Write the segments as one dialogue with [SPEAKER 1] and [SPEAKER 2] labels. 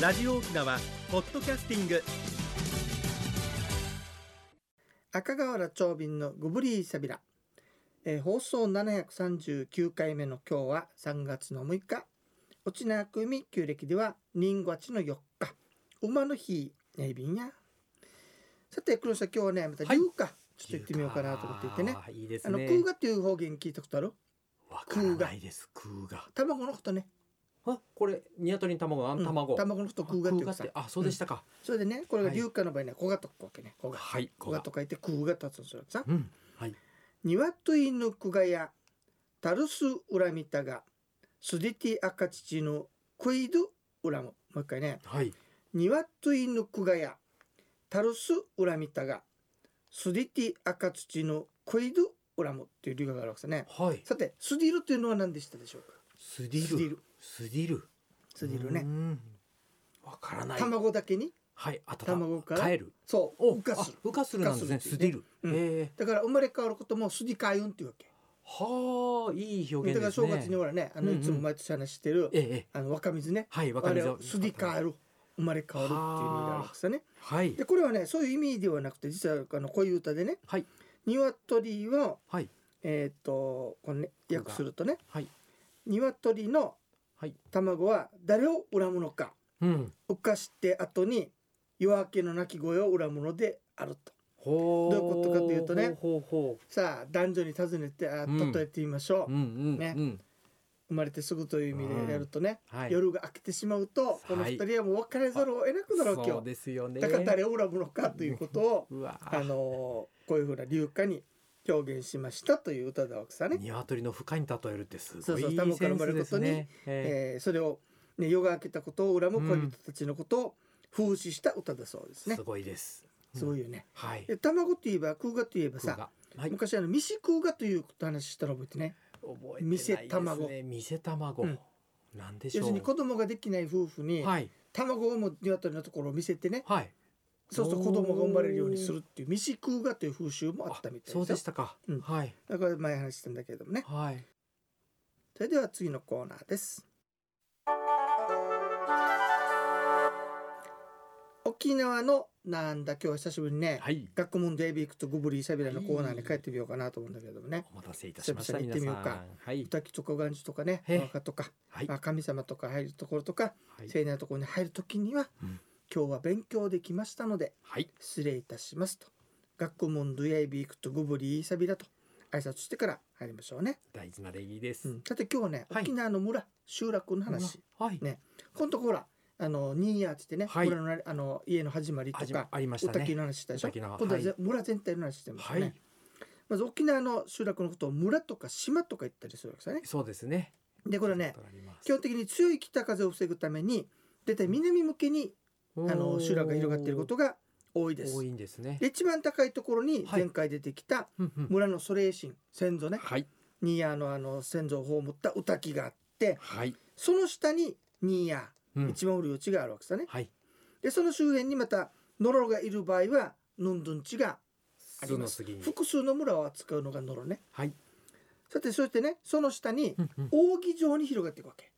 [SPEAKER 1] ラジオ沖縄ポッドキャスティング
[SPEAKER 2] 赤瓦長瓶のグブリーサビラ、えー放送739回目の今日は3月の6日落ちなくみ旧暦では人ごちの4日馬の日ねびんやさて黒さ今日はねまた
[SPEAKER 3] はい
[SPEAKER 2] 龍か、ちょっと行ってみようかなと思っていてね
[SPEAKER 3] あー。いいです
[SPEAKER 2] あの
[SPEAKER 3] ね。
[SPEAKER 2] 空がっていう方言聞いたことある
[SPEAKER 3] わからないです。空が。
[SPEAKER 2] 卵のことね、
[SPEAKER 3] あ、これ鶏の卵、あ、
[SPEAKER 2] うん
[SPEAKER 3] 卵。
[SPEAKER 2] ん卵のこと空がっていうか
[SPEAKER 3] っ
[SPEAKER 2] さ
[SPEAKER 3] て。あ、そうでしたか。
[SPEAKER 2] それでねこれが
[SPEAKER 3] はい
[SPEAKER 2] 龍かの場合ね「こが」と書くわけね「こが」
[SPEAKER 3] はい。
[SPEAKER 2] 「こが」と書いて空が立つんですよさ
[SPEAKER 3] うん。はい。
[SPEAKER 2] 鶏のくがや、タルスウラミタが、すでて赤父のクイドウラム。もう一回ね。
[SPEAKER 3] はい。
[SPEAKER 2] 鶏のくがや、タルスウラミタが、すでて赤土のクイドウラムっていう理由があるわけですね。
[SPEAKER 3] はい。
[SPEAKER 2] さて、スディルというのは何でしたでしょうか
[SPEAKER 3] スデ
[SPEAKER 2] スディ
[SPEAKER 3] ィ
[SPEAKER 2] ル
[SPEAKER 3] ル。スディル。
[SPEAKER 2] スディル
[SPEAKER 3] う
[SPEAKER 2] ね。
[SPEAKER 3] ん。わからない。
[SPEAKER 2] 卵だけに、
[SPEAKER 3] はい。あたた。
[SPEAKER 2] 卵から
[SPEAKER 3] 帰る。
[SPEAKER 2] そう、
[SPEAKER 3] お、
[SPEAKER 2] 浮かす
[SPEAKER 3] あ。。浮かするなんですね。
[SPEAKER 2] 浮かする
[SPEAKER 3] ス
[SPEAKER 2] ってい
[SPEAKER 3] デ
[SPEAKER 2] う
[SPEAKER 3] ィル。
[SPEAKER 2] うん
[SPEAKER 3] ええ。
[SPEAKER 2] だから生まれ変わることもスディカユンっていうわけ。
[SPEAKER 3] はあ、いい表
[SPEAKER 2] だ
[SPEAKER 3] 現
[SPEAKER 2] か
[SPEAKER 3] です
[SPEAKER 2] ら正
[SPEAKER 3] ね。
[SPEAKER 2] 月にほらね、あの、
[SPEAKER 3] うんう
[SPEAKER 2] い
[SPEAKER 3] ん
[SPEAKER 2] つも毎年話してる、
[SPEAKER 3] ええええ。
[SPEAKER 2] あの、若水ね。
[SPEAKER 3] はい。わか
[SPEAKER 2] あ
[SPEAKER 3] り
[SPEAKER 2] れ
[SPEAKER 3] ま
[SPEAKER 2] をすり替える生まれ変わるっていう意味があるんですよね。
[SPEAKER 3] はい。
[SPEAKER 2] でこれはねそういう意味ではなくて実はあのこういう歌でね
[SPEAKER 3] はい。
[SPEAKER 2] 鶏を
[SPEAKER 3] はい。
[SPEAKER 2] えっ、とこの、ね、
[SPEAKER 3] が
[SPEAKER 2] 訳するとね
[SPEAKER 3] はい。
[SPEAKER 2] 鶏の
[SPEAKER 3] はい。
[SPEAKER 2] 卵は誰を恨むのか
[SPEAKER 3] うん。
[SPEAKER 2] 浮かして後に夜明けの鳴き声を恨むのであると。
[SPEAKER 3] ほ
[SPEAKER 2] どういうことかというとね
[SPEAKER 3] ほうほ
[SPEAKER 2] さあ男女に尋ねてあ
[SPEAKER 3] うん
[SPEAKER 2] 例えてみましょ
[SPEAKER 3] うほう。
[SPEAKER 2] う、
[SPEAKER 3] うんうん
[SPEAKER 2] ね
[SPEAKER 3] うん。
[SPEAKER 2] 生まれてすぐという意味でやるとね、
[SPEAKER 3] はい。
[SPEAKER 2] 夜が明けてしまうとこの
[SPEAKER 3] はい
[SPEAKER 2] 二人はもう別れざるを得なくなるわけ
[SPEAKER 3] そ
[SPEAKER 2] よ
[SPEAKER 3] う。ですよね。
[SPEAKER 2] だから誰を恨むのかということを
[SPEAKER 3] うわ
[SPEAKER 2] あのーこういうふうな流歌に表現しましたという歌だわけさね、
[SPEAKER 3] 鶏の負荷に例えるってす
[SPEAKER 2] そ
[SPEAKER 3] ご
[SPEAKER 2] う
[SPEAKER 3] い
[SPEAKER 2] そう
[SPEAKER 3] いい
[SPEAKER 2] 卵か
[SPEAKER 3] セ
[SPEAKER 2] ら
[SPEAKER 3] ン
[SPEAKER 2] 生ま
[SPEAKER 3] ス
[SPEAKER 2] れる
[SPEAKER 3] で
[SPEAKER 2] こと
[SPEAKER 3] す
[SPEAKER 2] に
[SPEAKER 3] ね。え
[SPEAKER 2] えーそれを、ね、夜が明けたことを恨む
[SPEAKER 3] う
[SPEAKER 2] 恋
[SPEAKER 3] ん
[SPEAKER 2] 人たちのことを風刺した歌だそうです
[SPEAKER 3] え
[SPEAKER 2] ね
[SPEAKER 3] す、ごいです。
[SPEAKER 2] すごい
[SPEAKER 3] い。
[SPEAKER 2] よね
[SPEAKER 3] はい。
[SPEAKER 2] で卵といえば空ガといえば
[SPEAKER 3] 具が
[SPEAKER 2] さ
[SPEAKER 3] はい。覚
[SPEAKER 2] 昔あのミシ空ガということ話したの覚えてね
[SPEAKER 3] えてないです
[SPEAKER 2] 店卵
[SPEAKER 3] ね。店卵
[SPEAKER 2] うん。
[SPEAKER 3] なんでし
[SPEAKER 2] 要
[SPEAKER 3] ょ
[SPEAKER 2] するに子
[SPEAKER 3] う。
[SPEAKER 2] 供ができない夫婦に
[SPEAKER 3] はい
[SPEAKER 2] 卵をも鶏のところを見せてね、
[SPEAKER 3] はい。
[SPEAKER 2] そうすると
[SPEAKER 3] おー
[SPEAKER 2] 子供が生まれるようにするっていうミシ空ガという風習もあったみたい
[SPEAKER 3] そうで
[SPEAKER 2] で
[SPEAKER 3] し
[SPEAKER 2] すよ
[SPEAKER 3] たか
[SPEAKER 2] うん。
[SPEAKER 3] はい
[SPEAKER 2] だから前話したんだけれどもね
[SPEAKER 3] はい。
[SPEAKER 2] それでは次のコーナーです沖縄のなんだ今日は久しぶりにね、
[SPEAKER 3] はい。
[SPEAKER 2] 学問デイビークとゴブリーサビラのコーナーに帰ってみようかなと思うんだけどもね
[SPEAKER 3] お待たせいたしました。
[SPEAKER 2] 久々
[SPEAKER 3] 皆さん。
[SPEAKER 2] に行ってみようか
[SPEAKER 3] はい。
[SPEAKER 2] 歌木とかガンジとかね
[SPEAKER 3] へえ
[SPEAKER 2] 赤とか、
[SPEAKER 3] はい
[SPEAKER 2] ま。あ、神様とか入るところとか、
[SPEAKER 3] はい
[SPEAKER 2] 聖なるところに入る時には、
[SPEAKER 3] うん
[SPEAKER 2] 今日は勉強できましたので
[SPEAKER 3] はい。
[SPEAKER 2] 失礼いたしますと学問デイビークとゴブリーサビラと挨拶してから入りましょうね、
[SPEAKER 3] 大事な礼儀です
[SPEAKER 2] う。ん、さて今日はね、
[SPEAKER 3] はい
[SPEAKER 2] 沖縄の村集落の話、
[SPEAKER 3] はい。
[SPEAKER 2] ね今度ほらあのニーヤーって言ってね、
[SPEAKER 3] はい
[SPEAKER 2] 村のなあの家の始まりと
[SPEAKER 3] 始ま
[SPEAKER 2] か
[SPEAKER 3] ありまし
[SPEAKER 2] お
[SPEAKER 3] た
[SPEAKER 2] たき
[SPEAKER 3] ね。
[SPEAKER 2] の話したでし
[SPEAKER 3] お
[SPEAKER 2] ょ
[SPEAKER 3] たきの
[SPEAKER 2] 今度はぜ、
[SPEAKER 3] は
[SPEAKER 2] 村全体の話してます
[SPEAKER 3] は
[SPEAKER 2] ね、
[SPEAKER 3] い。
[SPEAKER 2] まず沖縄の集落のことを村とか島とか言ったりするわけですよね
[SPEAKER 3] そうですね。
[SPEAKER 2] でこれね
[SPEAKER 3] そういうことがあります
[SPEAKER 2] 基本的に強い北風を防ぐために大体南向けにあの集落が広がっていることが多いです
[SPEAKER 3] 多いんですね。
[SPEAKER 2] で一番高いところに
[SPEAKER 3] はい
[SPEAKER 2] 前回出てきた
[SPEAKER 3] うんうん
[SPEAKER 2] 村の祖霊神先祖ね、
[SPEAKER 3] はい
[SPEAKER 2] ニーヤーのあの先祖を葬ったおたきがあって
[SPEAKER 3] はい。
[SPEAKER 2] その下にニーヤ
[SPEAKER 3] う
[SPEAKER 2] ー
[SPEAKER 3] ん
[SPEAKER 2] 一番おる余地があるわけですよね、
[SPEAKER 3] はい。
[SPEAKER 2] でその周辺にまたノロがいる場合はヌンドゥンチがあり
[SPEAKER 3] 巣
[SPEAKER 2] ま
[SPEAKER 3] の
[SPEAKER 2] す
[SPEAKER 3] 次に。
[SPEAKER 2] 複数の村を扱うのがノロね
[SPEAKER 3] はい。
[SPEAKER 2] さてそしてねその下に
[SPEAKER 3] うんうん
[SPEAKER 2] 扇状に広がっていくわけ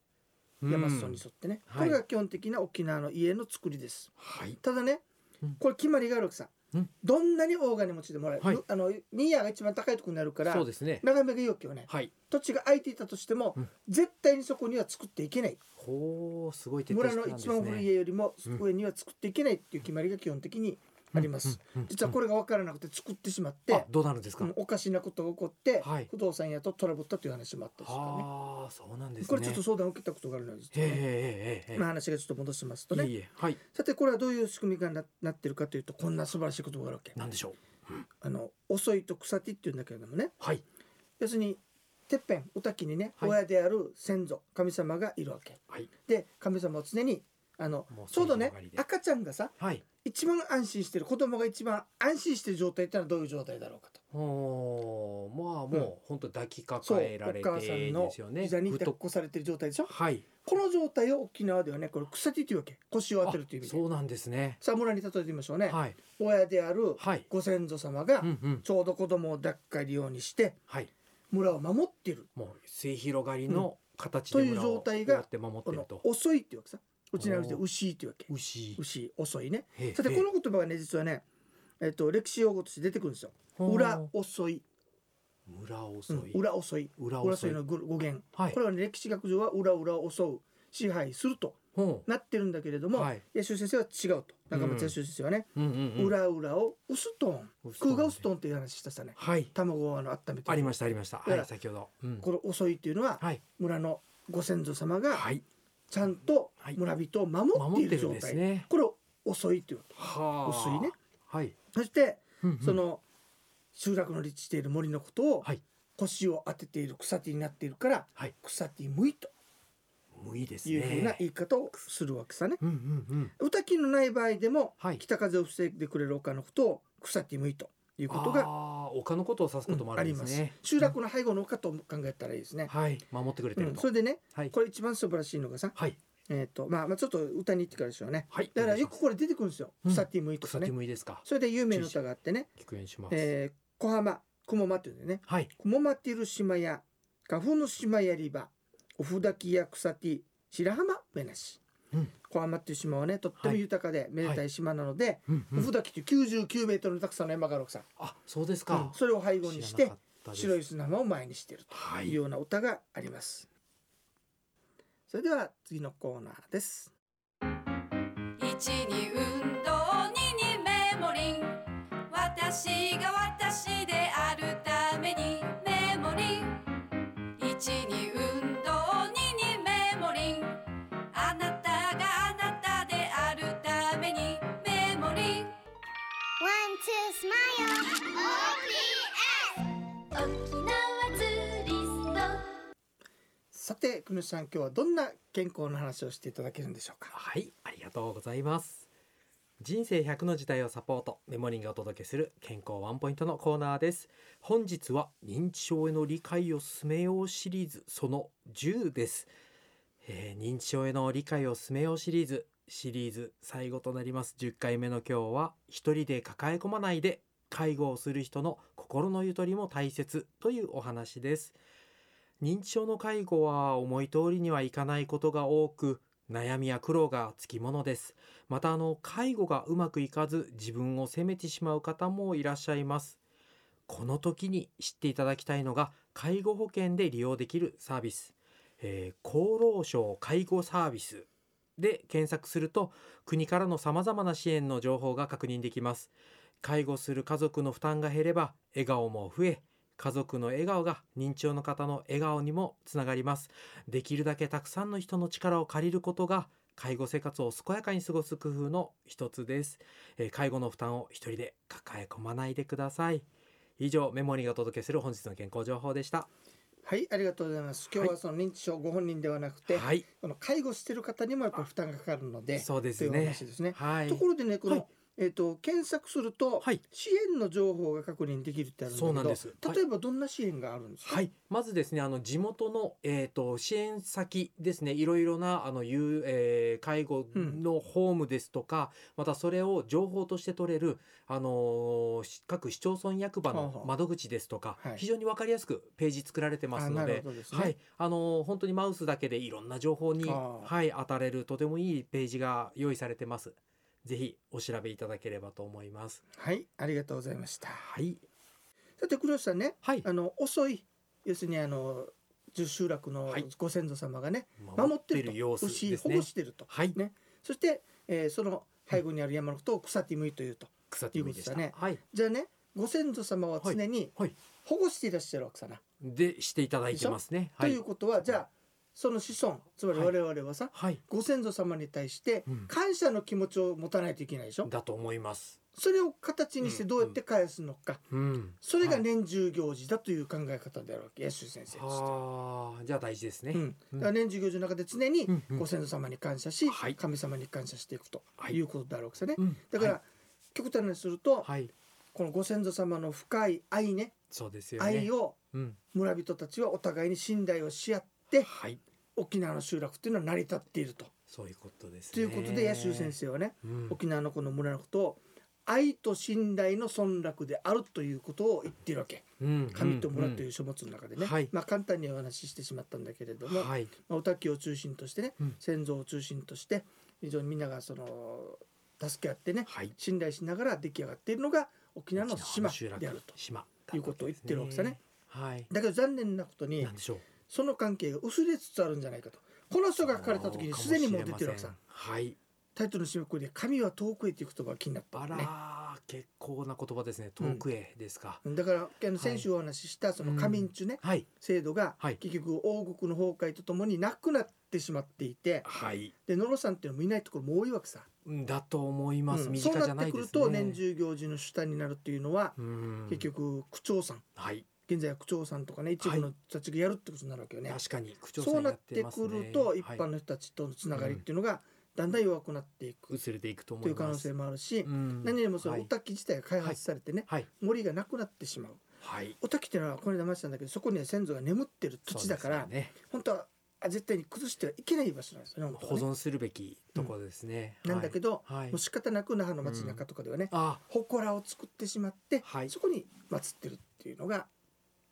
[SPEAKER 3] うん
[SPEAKER 2] 山裾に沿ってね、
[SPEAKER 3] はい
[SPEAKER 2] これが基本的な沖縄の家の作りです
[SPEAKER 3] はい。
[SPEAKER 2] ただね
[SPEAKER 3] うん
[SPEAKER 2] これ決まりがあるわけさ、
[SPEAKER 3] うん
[SPEAKER 2] どんなに大金持ちでもらえる、
[SPEAKER 3] はい
[SPEAKER 2] あのニーヤが一番高いところになるから
[SPEAKER 3] そうですね。
[SPEAKER 2] 眺めが良きよね
[SPEAKER 3] はい。
[SPEAKER 2] 土地が空いていたとしても、
[SPEAKER 3] うん
[SPEAKER 2] 絶対にそこには作っていけない
[SPEAKER 3] ほうすごい徹底
[SPEAKER 2] 村
[SPEAKER 3] してた
[SPEAKER 2] の
[SPEAKER 3] んです
[SPEAKER 2] 一
[SPEAKER 3] ね。
[SPEAKER 2] 番古い家よりも
[SPEAKER 3] うん
[SPEAKER 2] 上には作っていけないっていう決まりが基本的にあります、
[SPEAKER 3] うんうんうん
[SPEAKER 2] 実はこれが分からなくて作ってしまって、
[SPEAKER 3] あどうなるんですか
[SPEAKER 2] うん。おかしなことが起こって、
[SPEAKER 3] はい
[SPEAKER 2] 不動産屋とトラブったという話もあったんですからね
[SPEAKER 3] はあそうなんですね。
[SPEAKER 2] これちょっと相談を受けたことがあるので、実はね
[SPEAKER 3] ええええええええ
[SPEAKER 2] まあ、話がちょっと戻しますとね
[SPEAKER 3] いいえはい。
[SPEAKER 2] さてこれはどういう仕組みがななってるかというとこんな素晴らしいことがあるわけ
[SPEAKER 3] なんでしょう。
[SPEAKER 2] あの遅いと草木っていうんだけれどもね
[SPEAKER 3] はい。
[SPEAKER 2] 要するにてっぺんお滝にね、
[SPEAKER 3] はい
[SPEAKER 2] 親である先祖神様がいるわけ
[SPEAKER 3] はい。
[SPEAKER 2] で神様は常にあの
[SPEAKER 3] もう
[SPEAKER 2] ちょうどね
[SPEAKER 3] その広がりで
[SPEAKER 2] 赤ちゃんがさ
[SPEAKER 3] はい。
[SPEAKER 2] 一番安心してる子供が一番安心してる状態ってのはどういう状態だろうかと
[SPEAKER 3] おーまあ
[SPEAKER 2] うん
[SPEAKER 3] もう本当抱きかかえられ
[SPEAKER 2] お母さ
[SPEAKER 3] て
[SPEAKER 2] ん
[SPEAKER 3] で
[SPEAKER 2] の
[SPEAKER 3] すよね。
[SPEAKER 2] 膝に
[SPEAKER 3] ふと
[SPEAKER 2] 抱っこされてる状態でしょ
[SPEAKER 3] はい。
[SPEAKER 2] この状態を沖縄ではねこれ草手というわけ腰を当てるという意
[SPEAKER 3] あ
[SPEAKER 2] 味で
[SPEAKER 3] そうなんですね。
[SPEAKER 2] さあ村に例えてみましょうね、
[SPEAKER 3] はい
[SPEAKER 2] 親である
[SPEAKER 3] はい。
[SPEAKER 2] ご先祖様が
[SPEAKER 3] うんうん
[SPEAKER 2] ちょうど子供を抱っかえるようにして
[SPEAKER 3] はい。
[SPEAKER 2] 村を守っている
[SPEAKER 3] もう末広がりの形
[SPEAKER 2] と
[SPEAKER 3] で
[SPEAKER 2] いう
[SPEAKER 3] 村を
[SPEAKER 2] 状態が
[SPEAKER 3] こうやって守っ
[SPEAKER 2] こ
[SPEAKER 3] てる
[SPEAKER 2] の
[SPEAKER 3] と。
[SPEAKER 2] 遅いっていうわけさうちなうちで牛というわけ
[SPEAKER 3] 牛
[SPEAKER 2] 牛遅いね
[SPEAKER 3] へえ
[SPEAKER 2] さて
[SPEAKER 3] へえ
[SPEAKER 2] この言葉がね実はね、えっと歴史用語として出てくるんですよ
[SPEAKER 3] ほう
[SPEAKER 2] 裏遅い、
[SPEAKER 3] 村
[SPEAKER 2] う
[SPEAKER 3] 遅
[SPEAKER 2] ん
[SPEAKER 3] い、
[SPEAKER 2] 裏遅い
[SPEAKER 3] 裏
[SPEAKER 2] 裏遅
[SPEAKER 3] 遅い
[SPEAKER 2] いの語語源
[SPEAKER 3] はい
[SPEAKER 2] これはね歴史学上は裏裏を襲う支配すると
[SPEAKER 3] ほ
[SPEAKER 2] なってるんだけれど
[SPEAKER 3] う
[SPEAKER 2] も、
[SPEAKER 3] はい
[SPEAKER 2] 八代先生は違うと中松八代先生はね、
[SPEAKER 3] うんうんうん
[SPEAKER 2] 裏裏をウストーン
[SPEAKER 3] ウストーン
[SPEAKER 2] 空がウストーンっていう話したさね
[SPEAKER 3] はい
[SPEAKER 2] 卵をあの温めて
[SPEAKER 3] ありましたありました
[SPEAKER 2] だか
[SPEAKER 3] は
[SPEAKER 2] ら
[SPEAKER 3] い先ほど、うん、
[SPEAKER 2] この遅いっていうのは
[SPEAKER 3] はい
[SPEAKER 2] 村のご先祖様が
[SPEAKER 3] はい
[SPEAKER 2] ちゃんと
[SPEAKER 3] はい
[SPEAKER 2] 村人を守って
[SPEAKER 3] 守
[SPEAKER 2] い
[SPEAKER 3] ってる
[SPEAKER 2] る状
[SPEAKER 3] ん
[SPEAKER 2] 態、
[SPEAKER 3] ですね
[SPEAKER 2] これを遅いっていう
[SPEAKER 3] はあ
[SPEAKER 2] 遅いね
[SPEAKER 3] はい、
[SPEAKER 2] そして
[SPEAKER 3] うんうん
[SPEAKER 2] その集落の立地している森のことを
[SPEAKER 3] はい
[SPEAKER 2] 腰を当てている草木になっているから
[SPEAKER 3] はい
[SPEAKER 2] 草木むいと
[SPEAKER 3] もういいですね
[SPEAKER 2] いうふうな言い方をするわけさね。
[SPEAKER 3] うんうんうん
[SPEAKER 2] 歌木のない場合でも
[SPEAKER 3] はい
[SPEAKER 2] 北風を防いでくれる丘のことを草木むいということ
[SPEAKER 3] あ
[SPEAKER 2] が
[SPEAKER 3] ー丘のことを指すこともあるんですね、
[SPEAKER 2] 集落の背後の丘と考えたらいいですね。
[SPEAKER 3] はい守ってくれて
[SPEAKER 2] う
[SPEAKER 3] る
[SPEAKER 2] ん、
[SPEAKER 3] と、
[SPEAKER 2] それでね
[SPEAKER 3] はい
[SPEAKER 2] これ一番素晴らしいのがさ、
[SPEAKER 3] はい
[SPEAKER 2] えっとまあ、まあちょっと歌に行ってからでしょうね
[SPEAKER 3] はい
[SPEAKER 2] だからよくこれ出てくるんですよ「
[SPEAKER 3] うん
[SPEAKER 2] 草木むい」とか
[SPEAKER 3] 草
[SPEAKER 2] ね、
[SPEAKER 3] 木むいですか
[SPEAKER 2] それで有名な歌があってね
[SPEAKER 3] 聞くようにしま
[SPEAKER 2] 「
[SPEAKER 3] す、
[SPEAKER 2] えー、小浜雲間」っていうんだよね
[SPEAKER 3] はい
[SPEAKER 2] 「雲間てる島や花粉の島やり場おふだきや草木白浜べなし」
[SPEAKER 3] うん
[SPEAKER 2] 小浜っていう島はねとっても豊かで、めでたい島なので、
[SPEAKER 3] うんう
[SPEAKER 2] おふ
[SPEAKER 3] ん、
[SPEAKER 2] だきっていう99メートルのたくさんの山がある奥さん、
[SPEAKER 3] あそうです
[SPEAKER 2] う
[SPEAKER 3] か
[SPEAKER 2] ん、それを背後にし
[SPEAKER 3] 知らなか
[SPEAKER 2] て
[SPEAKER 3] ったです
[SPEAKER 2] 白い砂浜を前にしている
[SPEAKER 3] は
[SPEAKER 2] という
[SPEAKER 3] い
[SPEAKER 2] ような歌があります、それでは次のコーナーです
[SPEAKER 4] 一に運動二にメモリン私が私であるためにメモリン一に運動二にメモリンあなたがあなたであるためにメモリン
[SPEAKER 5] One, two, smile. OPS.
[SPEAKER 4] 沖縄ツーリスト
[SPEAKER 2] さて久野さん今日はどんな健康の話をしていただけるんでしょうか
[SPEAKER 3] はいありがとうございます人生100の時代をサポートメモリンがお届けする健康ワンポイントのコーナーです本日は認知症への理解を進めようシリーズその10です、えー認知症への理解を進めようシリーズシリーズ最後となります10回目の今日は一人で抱え込まないで介護をする人の心のゆとりも大切というお話です認知症の介護は思い通りにはいかないことが多く悩みや苦労がつきものですまたあの介護がうまくいかず自分を責めてしまう方もいらっしゃいますこの時に知っていただきたいのが介護保険で利用できるサービス、えー厚労省介護サービスで検索すると国からのさまざまな支援の情報が確認できます介護する家族の負担が減れば笑顔も増え家族の笑顔が認知症の方の笑顔にもつながりますできるだけたくさんの人の力を借りることが介護生活を健やかに過ごす工夫の一つです、えー介護の負担を一人で抱え込まないでください以上メモリーがお届けする本日の健康情報でした
[SPEAKER 2] はいありがとうございます今日はその認知症ご本人ではなくて、
[SPEAKER 3] はい
[SPEAKER 2] この介護してる方にもやっぱり負担がかかるので
[SPEAKER 3] そうです
[SPEAKER 2] というお
[SPEAKER 3] ね
[SPEAKER 2] 話ですね、
[SPEAKER 3] はい
[SPEAKER 2] ところでねこの、
[SPEAKER 3] はい
[SPEAKER 2] えっ、と検索すると、
[SPEAKER 3] はい
[SPEAKER 2] 支援の情報が確認できるってあるんだけど
[SPEAKER 3] そうなんですはい
[SPEAKER 2] 例えばどんな支援があるんですか、
[SPEAKER 3] はい、まずですね、あの地元の、えー、と支援先ですね、いろいろなあの、ゆうえー介護のホームですとか、またそれを情報として取れる、あのーし各市町村役場
[SPEAKER 2] はあは
[SPEAKER 3] の
[SPEAKER 2] あ
[SPEAKER 3] 窓口ですとか、
[SPEAKER 2] はい
[SPEAKER 3] 非常に分かりやすくページ作られてます
[SPEAKER 2] あ
[SPEAKER 3] の
[SPEAKER 2] なる
[SPEAKER 3] で。
[SPEAKER 2] ほどですね、
[SPEAKER 3] はい、あのー本当にマウスだけでいろんな情報に、
[SPEAKER 2] あー
[SPEAKER 3] はい、当たれるとてもいいページが用意されてます。ぜひお調べいただければと思います。
[SPEAKER 2] はい、ありがとうございました
[SPEAKER 3] はい、
[SPEAKER 2] さて黒吉さんね
[SPEAKER 3] はい、
[SPEAKER 2] あの遅い要するにあの十集落の
[SPEAKER 3] はい
[SPEAKER 2] ご先祖様がね、
[SPEAKER 3] 守
[SPEAKER 2] 守
[SPEAKER 3] っ
[SPEAKER 2] っててる
[SPEAKER 3] る様子
[SPEAKER 2] と牛
[SPEAKER 3] です
[SPEAKER 2] 保護
[SPEAKER 3] ね。
[SPEAKER 2] してると
[SPEAKER 3] はい、
[SPEAKER 2] ねそして、えーその背後にある山のことを草ティムイというと
[SPEAKER 3] 草木でした
[SPEAKER 2] という
[SPEAKER 3] ね。はい。
[SPEAKER 2] じゃあねご先祖様は常に
[SPEAKER 3] はいはい
[SPEAKER 2] 保護していらっしゃるわけさな、
[SPEAKER 3] でしていただいてますね。は
[SPEAKER 2] ということはじゃあその子孫つまり
[SPEAKER 3] はい
[SPEAKER 2] 我々はさ、
[SPEAKER 3] はい、
[SPEAKER 2] ご先祖様に対して
[SPEAKER 3] うん
[SPEAKER 2] 感謝の気持ちを持たないといけないでしょ、
[SPEAKER 3] だと思います。
[SPEAKER 2] それを形にしてどうやって返すのか、
[SPEAKER 3] うん。
[SPEAKER 2] それが年中行事だという考え方であるわけ野州先生として。
[SPEAKER 3] はあ、じゃあ大事ですね。
[SPEAKER 2] うん、だから年中行事の中で常に
[SPEAKER 3] うんうん
[SPEAKER 2] ご先祖様に感謝し、
[SPEAKER 3] はい
[SPEAKER 2] 神様に感謝していくと
[SPEAKER 3] はい
[SPEAKER 2] いうことであるわけですよね、
[SPEAKER 3] うん
[SPEAKER 2] だから、極端にすると、
[SPEAKER 3] はい、はい、
[SPEAKER 2] このご先祖様の深い愛ね
[SPEAKER 3] そうですよね。
[SPEAKER 2] 愛を
[SPEAKER 3] うん、
[SPEAKER 2] 村人たちはお互いに信頼をし合って
[SPEAKER 3] はい、
[SPEAKER 2] 沖縄の集落っていうのは成り立っていると。
[SPEAKER 3] そういうことです
[SPEAKER 2] とい
[SPEAKER 3] ね。
[SPEAKER 2] うことで野州先生はね、
[SPEAKER 3] うん、
[SPEAKER 2] 沖縄のこの村のことを愛と信頼の村落であるということを言っているわけ
[SPEAKER 3] うん
[SPEAKER 2] 神と村という書物の中で
[SPEAKER 3] う
[SPEAKER 2] ね、
[SPEAKER 3] んはい
[SPEAKER 2] まあ、簡単にお話ししてしまったんだけれども、
[SPEAKER 3] はい
[SPEAKER 2] まあ、おたきを中心としてね、
[SPEAKER 3] うん
[SPEAKER 2] 先祖を中心として非常にみんながその助け合ってね
[SPEAKER 3] はい
[SPEAKER 2] 信頼しながら出来上がっているのが沖縄の島
[SPEAKER 3] 集落
[SPEAKER 2] であると。
[SPEAKER 3] 島
[SPEAKER 2] いうことを言ってるわけですね
[SPEAKER 3] はい
[SPEAKER 2] だけど残念なことに
[SPEAKER 3] なんでしょう
[SPEAKER 2] その関係が薄れつつあるんじゃないかとこの人が書かれた時にすでにもう出てるわけさ
[SPEAKER 3] はい
[SPEAKER 2] タイトルの締めくくりで「神は遠くへ」っていう言葉が気になった
[SPEAKER 3] あ
[SPEAKER 2] ん
[SPEAKER 3] ら
[SPEAKER 2] だ
[SPEAKER 3] ー、
[SPEAKER 2] ね
[SPEAKER 3] 結構な言葉ですね遠くへですか、
[SPEAKER 2] だからあの先週お話ししたその神んちゅね
[SPEAKER 3] はい
[SPEAKER 2] 制度が
[SPEAKER 3] はい
[SPEAKER 2] 結局王国の崩壊とともになくなってしまっていて
[SPEAKER 3] はい
[SPEAKER 2] で野呂さんっていうのもいないところも多いわけさ、
[SPEAKER 3] だと思います、
[SPEAKER 2] うん
[SPEAKER 3] 身
[SPEAKER 2] そ
[SPEAKER 3] 近
[SPEAKER 2] う
[SPEAKER 3] じ
[SPEAKER 2] な
[SPEAKER 3] ゃ
[SPEAKER 2] っ
[SPEAKER 3] な
[SPEAKER 2] て
[SPEAKER 3] い
[SPEAKER 2] く
[SPEAKER 3] で
[SPEAKER 2] る
[SPEAKER 3] すね
[SPEAKER 2] と年中行事の主体になるっていうのは
[SPEAKER 3] うん
[SPEAKER 2] 結局区長さん
[SPEAKER 3] はい
[SPEAKER 2] 現在は区長さんとかね一部の人たちがやるってことになるわけよね。
[SPEAKER 3] 確かに口調
[SPEAKER 2] そうな
[SPEAKER 3] やっ
[SPEAKER 2] っ
[SPEAKER 3] て
[SPEAKER 2] て
[SPEAKER 3] ます
[SPEAKER 2] く
[SPEAKER 3] ね
[SPEAKER 2] ると一般
[SPEAKER 3] はい、
[SPEAKER 2] の人たちとのつながりっていうのがだんだん弱くなっていく
[SPEAKER 3] 薄れていくと思
[SPEAKER 2] と
[SPEAKER 3] い
[SPEAKER 2] いう可
[SPEAKER 3] ま
[SPEAKER 2] 能
[SPEAKER 3] す
[SPEAKER 2] 性もあるし
[SPEAKER 3] うん
[SPEAKER 2] 何よりもそ
[SPEAKER 3] は
[SPEAKER 2] の
[SPEAKER 3] い
[SPEAKER 2] おたき自体が開発されてね
[SPEAKER 3] はい
[SPEAKER 2] 森がなくなってしまう
[SPEAKER 3] はい
[SPEAKER 2] おたきっていうのはこの間話したんだけどそこには先祖が眠ってる土地だから
[SPEAKER 3] そうですね
[SPEAKER 2] 本当はあ絶対に崩してはいけない場所なんですよね本当
[SPEAKER 3] 保
[SPEAKER 2] はね
[SPEAKER 3] 存するべきところですね、
[SPEAKER 2] なんだけど
[SPEAKER 3] はい、はい
[SPEAKER 2] もう仕方なく那覇の町中とかではね
[SPEAKER 3] あ
[SPEAKER 2] 祠を作ってしまって
[SPEAKER 3] はい
[SPEAKER 2] そこに祀ってるっていうのが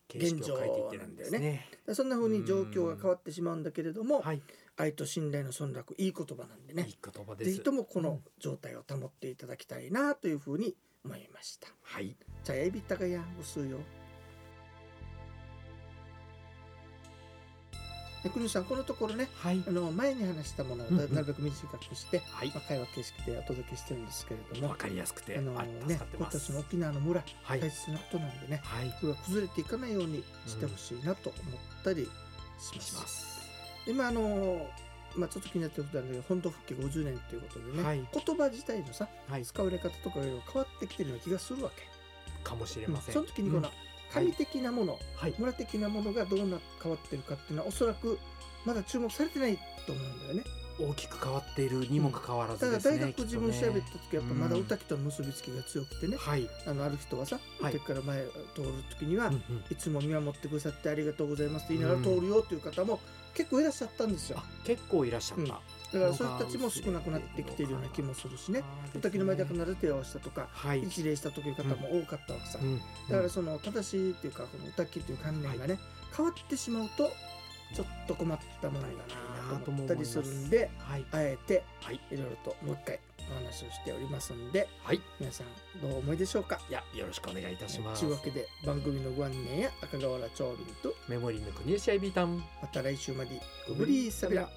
[SPEAKER 3] 形式を変えていってるんですね
[SPEAKER 2] そんな風に状況が変わってしまうんだけれども
[SPEAKER 3] はい
[SPEAKER 2] 愛と信頼の村落いい言葉なんでね
[SPEAKER 3] いい言葉です
[SPEAKER 2] ぜひともこの状態を保っていただきたいなというふうに思いました。
[SPEAKER 3] はい
[SPEAKER 2] 茶屋びたがやおすうよ。で国さんこのところね
[SPEAKER 3] はい
[SPEAKER 2] あの前に話したものを
[SPEAKER 3] うんう
[SPEAKER 2] なんるべく短くして、
[SPEAKER 3] はい
[SPEAKER 2] まあ、会話形式でお届けしてるんですけれども
[SPEAKER 3] わかりやすくて、
[SPEAKER 2] あの
[SPEAKER 3] あ助
[SPEAKER 2] ね
[SPEAKER 3] かってま
[SPEAKER 2] 私
[SPEAKER 3] す
[SPEAKER 2] の沖縄の村、
[SPEAKER 3] はい
[SPEAKER 2] 大切なことなんでね
[SPEAKER 3] はい
[SPEAKER 2] これは崩れていかないようにしてほしいなと思ったりします。
[SPEAKER 3] します
[SPEAKER 2] 今あのまあ、ちょっと気になってることなんだけど本土復帰50年ということでね、
[SPEAKER 3] はい
[SPEAKER 2] 言葉自体のさ
[SPEAKER 3] はい
[SPEAKER 2] 使われ方とかいろいろ変わってきてるような気がするわけ。
[SPEAKER 3] かもしれません、
[SPEAKER 2] その時にこ
[SPEAKER 3] うん
[SPEAKER 2] の神的なもの、
[SPEAKER 3] はい
[SPEAKER 2] 村的なものがどうな変わってるかっていうのはおそらくまだ注目されてないと思うんだよね。
[SPEAKER 3] 大きく変わっているにもかかわらず
[SPEAKER 2] た
[SPEAKER 3] で
[SPEAKER 2] だ
[SPEAKER 3] すね
[SPEAKER 2] 大学自分調べた時はやっぱまだ
[SPEAKER 3] うん
[SPEAKER 2] おたきとの結びつきが強くてね、
[SPEAKER 3] はい、
[SPEAKER 2] あのある人はさ、
[SPEAKER 3] はい
[SPEAKER 2] おたきから前を通る時には、
[SPEAKER 3] うんうん
[SPEAKER 2] いつも見守ってくださってありがとうございますって言いながら通るよっていう方も結構いらっしゃったんですよ
[SPEAKER 3] あ。結構いらっしゃった、
[SPEAKER 2] うんだからそういう人たちも少なくなってきているような気もするしね。おたきの前で必ず手を合わせたとか、
[SPEAKER 3] はい、
[SPEAKER 2] 一礼したという方も多かったわけさ。
[SPEAKER 3] うん
[SPEAKER 2] だからその正しいっていうかこの歌きっていう観念がね、変わってしまうとちょっと困ったものだなと思ったりするんで
[SPEAKER 3] はい
[SPEAKER 2] あえて
[SPEAKER 3] はい
[SPEAKER 2] いろいろともう一回お話をしておりますんで
[SPEAKER 3] はい
[SPEAKER 2] 皆さんどうお思いでしょうか
[SPEAKER 3] いやよろしくお願いいたします
[SPEAKER 2] というわけで番組のご案内や赤瓦長瓶と
[SPEAKER 3] メモリーの国吉アイビータン
[SPEAKER 2] また来週までごぶりーさびら。